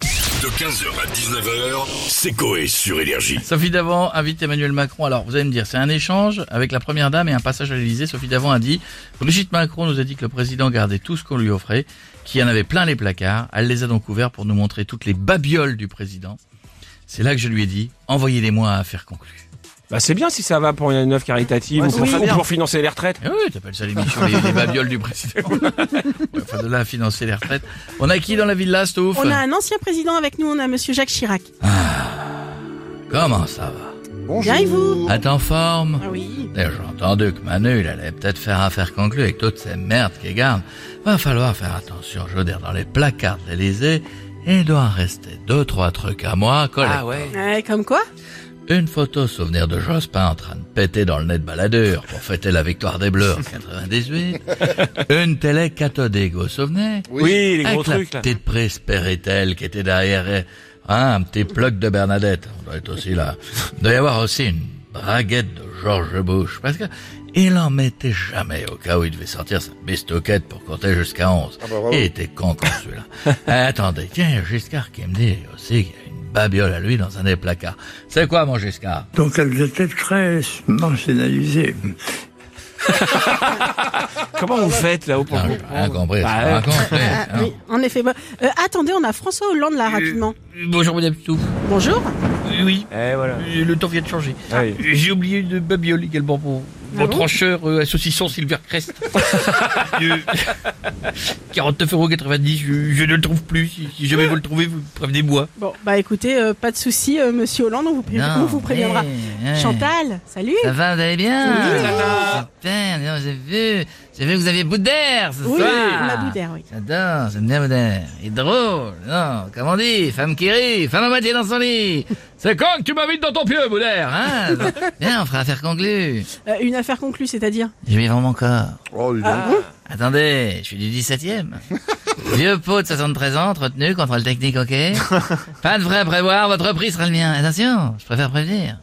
De 15h à 19h, c'est Coé sur Énergie. Sophie Davant invite Emmanuel Macron. Alors, vous allez me dire, c'est un échange avec la première dame et un passage à l'Élysée. Sophie Davant a dit Brigitte Macron nous a dit que le président gardait tout ce qu'on lui offrait, qu'il en avait plein les placards. Elle les a donc ouverts pour nous montrer toutes les babioles du président. C'est là que je lui ai dit envoyez-les-moi à affaire conclue. Bah c'est bien si ça va pour une œuvre caritative Ouais, ou, c'est pour, très ou bien. pour financer les retraites. Eh oui, t'appelles ça l'émission les, les babioles du président. Ouais, enfin, de là à financer les retraites. On a qui dans la villa, Stouff On a un ancien président avec nous, on a monsieur Jacques Chirac. Comment ça va Bonjour. Bien et vous T'es en forme Ah oui. D'ailleurs, j'ai entendu que Manu, il allait peut-être faire affaire conclue avec toutes ces merdes qu'il garde. Va falloir faire attention, je veux dire, dans les placards de l'Elysée, il doit rester deux, trois trucs à moi, collègue. ouais. Ouais, comme quoi Une photo souvenir de Jospin en train de péter dans le nez de baladeur pour fêter la victoire des Bleus en 98. Une télé cathodique, vous vous souvenez? Oui, les gros Avec la trucs là. petite prise Péritel qui était derrière, et, hein, un petit plug de Bernadette. On doit être aussi là. Il doit y avoir aussi une braguette de George Bush. Parce que, il en mettait jamais au cas où il devait sortir sa bistoquette pour compter jusqu'à 11. bah, bravo. il était con comme celui-là. Eh, Attendez, tiens, il y a Giscard qui me dit aussi qu'il y a une babiole à lui dans un des placards. C'est quoi mon Giscard Donc elles étaient très marginalisées. Comment vous faites là-haut pour Non, vous Ah, j'ai rien compris. Bah, j'ai rien ouais. compris, Ah, non. Oui, en effet. Bah, euh, attendez, on a François Hollande là rapidement. Bonjour, madame Tout. Bonjour. Oui, Eh voilà. euh, le temps vient de changer. Ah oui. J'ai oublié une babiole également pour Ah mon bon trancheur euh, à saucisson Silvercrest. Euh, 49,90€, je, je ne le trouve plus. Si, si jamais vous le trouvez, vous prévenez-moi. Bon, bah écoutez, euh, pas de souci, euh, monsieur Hollande, on vous, pré- on vous préviendra. hein. Chantal, salut. eh, Ça va, vous allez bien Oui. Ça Super, dis donc, j'ai vu, j'ai vu que vous aviez Boudère ce Oui, soir on a Boudère, oui. J'adore, j'aime bien Boudère. Il est drôle, non, comment on dit, femme qui rit, femme à moitié dans son lit. C'est con que tu m'invites dans ton pieu, Boudère, hein Bien, on fera affaire conclue. Euh, une affaire conclue, c'est-à-dire Je vais vendre mon corps. Oh, dis donc. Attendez, je suis du 17e. Vieux pot de 73 ans, entretenu contre le technique hockey. Pas de vrai à prévoir, votre prix sera le mien. Attention, je préfère prévenir.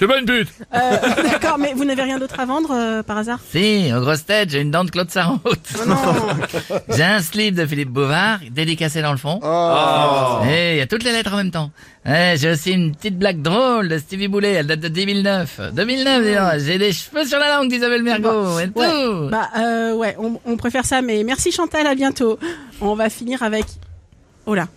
C'est pas une pute Euh, D'accord, mais vous n'avez rien d'autre à vendre euh, par hasard Si, aux grosses têtes, j'ai une dent de Claude Sarraute. Oh non. J'ai un slip de Philippe Bouvard, dédicacé dans le fond. Oh. Et il y a toutes les lettres en même temps. Eh, j'ai aussi une petite blague drôle de Stevie Boulet, elle date de 2009. 2009, dis donc, j'ai des cheveux sur la langue d'Isabelle Mergo, et tout Ouais. Bah euh, ouais, on, on préfère ça, mais merci Chantal, à bientôt. On va finir avec. Oh là.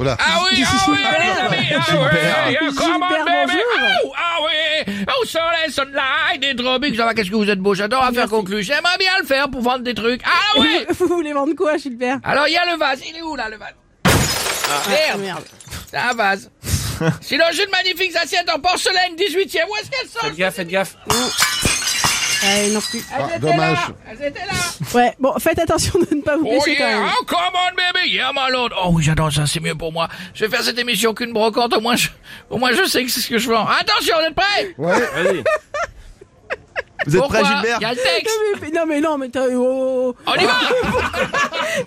Oh là. Ah oui, ah oui, Gilbert. les amis, ah oui, Gilbert. come on, Gilbert, baby, bonjour. ah oui, au soleil, sunlight, des drobiques, Jean-Marc, qu'est-ce que vous êtes beau, j'adore à faire conclure. J'aimerais bien le faire pour vendre des trucs. Ah oui Vous, vous voulez vendre quoi, Gilbert Alors, il y a le vase. Il est où, là, le vase Ah, Merde, merde. c'est un vase. Sinon, j'ai une magnifique assiette en porcelaine 18e. Où est-ce qu'elles sont Faites gaffe, faites gaffe. Ouais, Euh, non plus. Ah, dommage. Elles étaient là. Ouais, bon, faites attention de ne pas vous oh blesser quand même. yeah, oh come on, baby, yeah, my lord, Oh oui, j'adore ça, c'est mieux pour moi. Je vais faire cette émission qu'une brocante. Au moins, je, au moins, je sais que c'est ce que je vends. Attention, vous êtes prêts Ouais. Vas-y. Vous êtes prêts, Pourquoi Gilbert Il y a le texte. Non mais, non mais non mais t'as- oh, oh, oh. On y va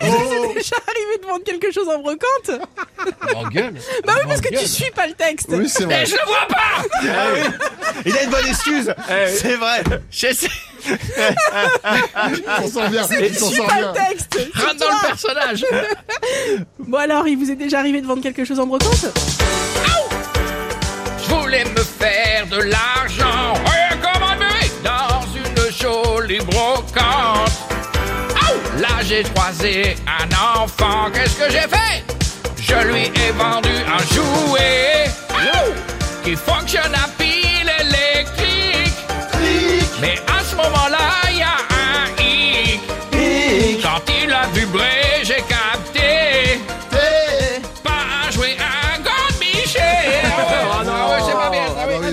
C'est déjà arrivé de vendre quelque chose en brocante gueule. Bah oui parce que tu suis pas le texte Oui, c'est vrai. et je le vois pas, Il a une bonne excuse. C'est vrai. J'essaie Il s'en sort bien. Il Tu s'en suis sort pas bien. le texte C'est de rentrer dans toi. le personnage. Bon alors il vous est déjà arrivé de vendre quelque chose en brocante je voulais me faire de l'argent, oh yeah, come on, baby, dans une jolie brocante, Au, là j'ai croisé un enfant, qu'est-ce que j'ai fait Je lui ai vendu un jouet, Au, qui fonctionne à pile électrique, Mais à ce moment-là, il y a un hic. Quand il a vibré, j'ai capté. Pas un jouet, un grand bichet. Ah ouais, ah ouais, c'est pas bien. Ah Ah bah oui. oui,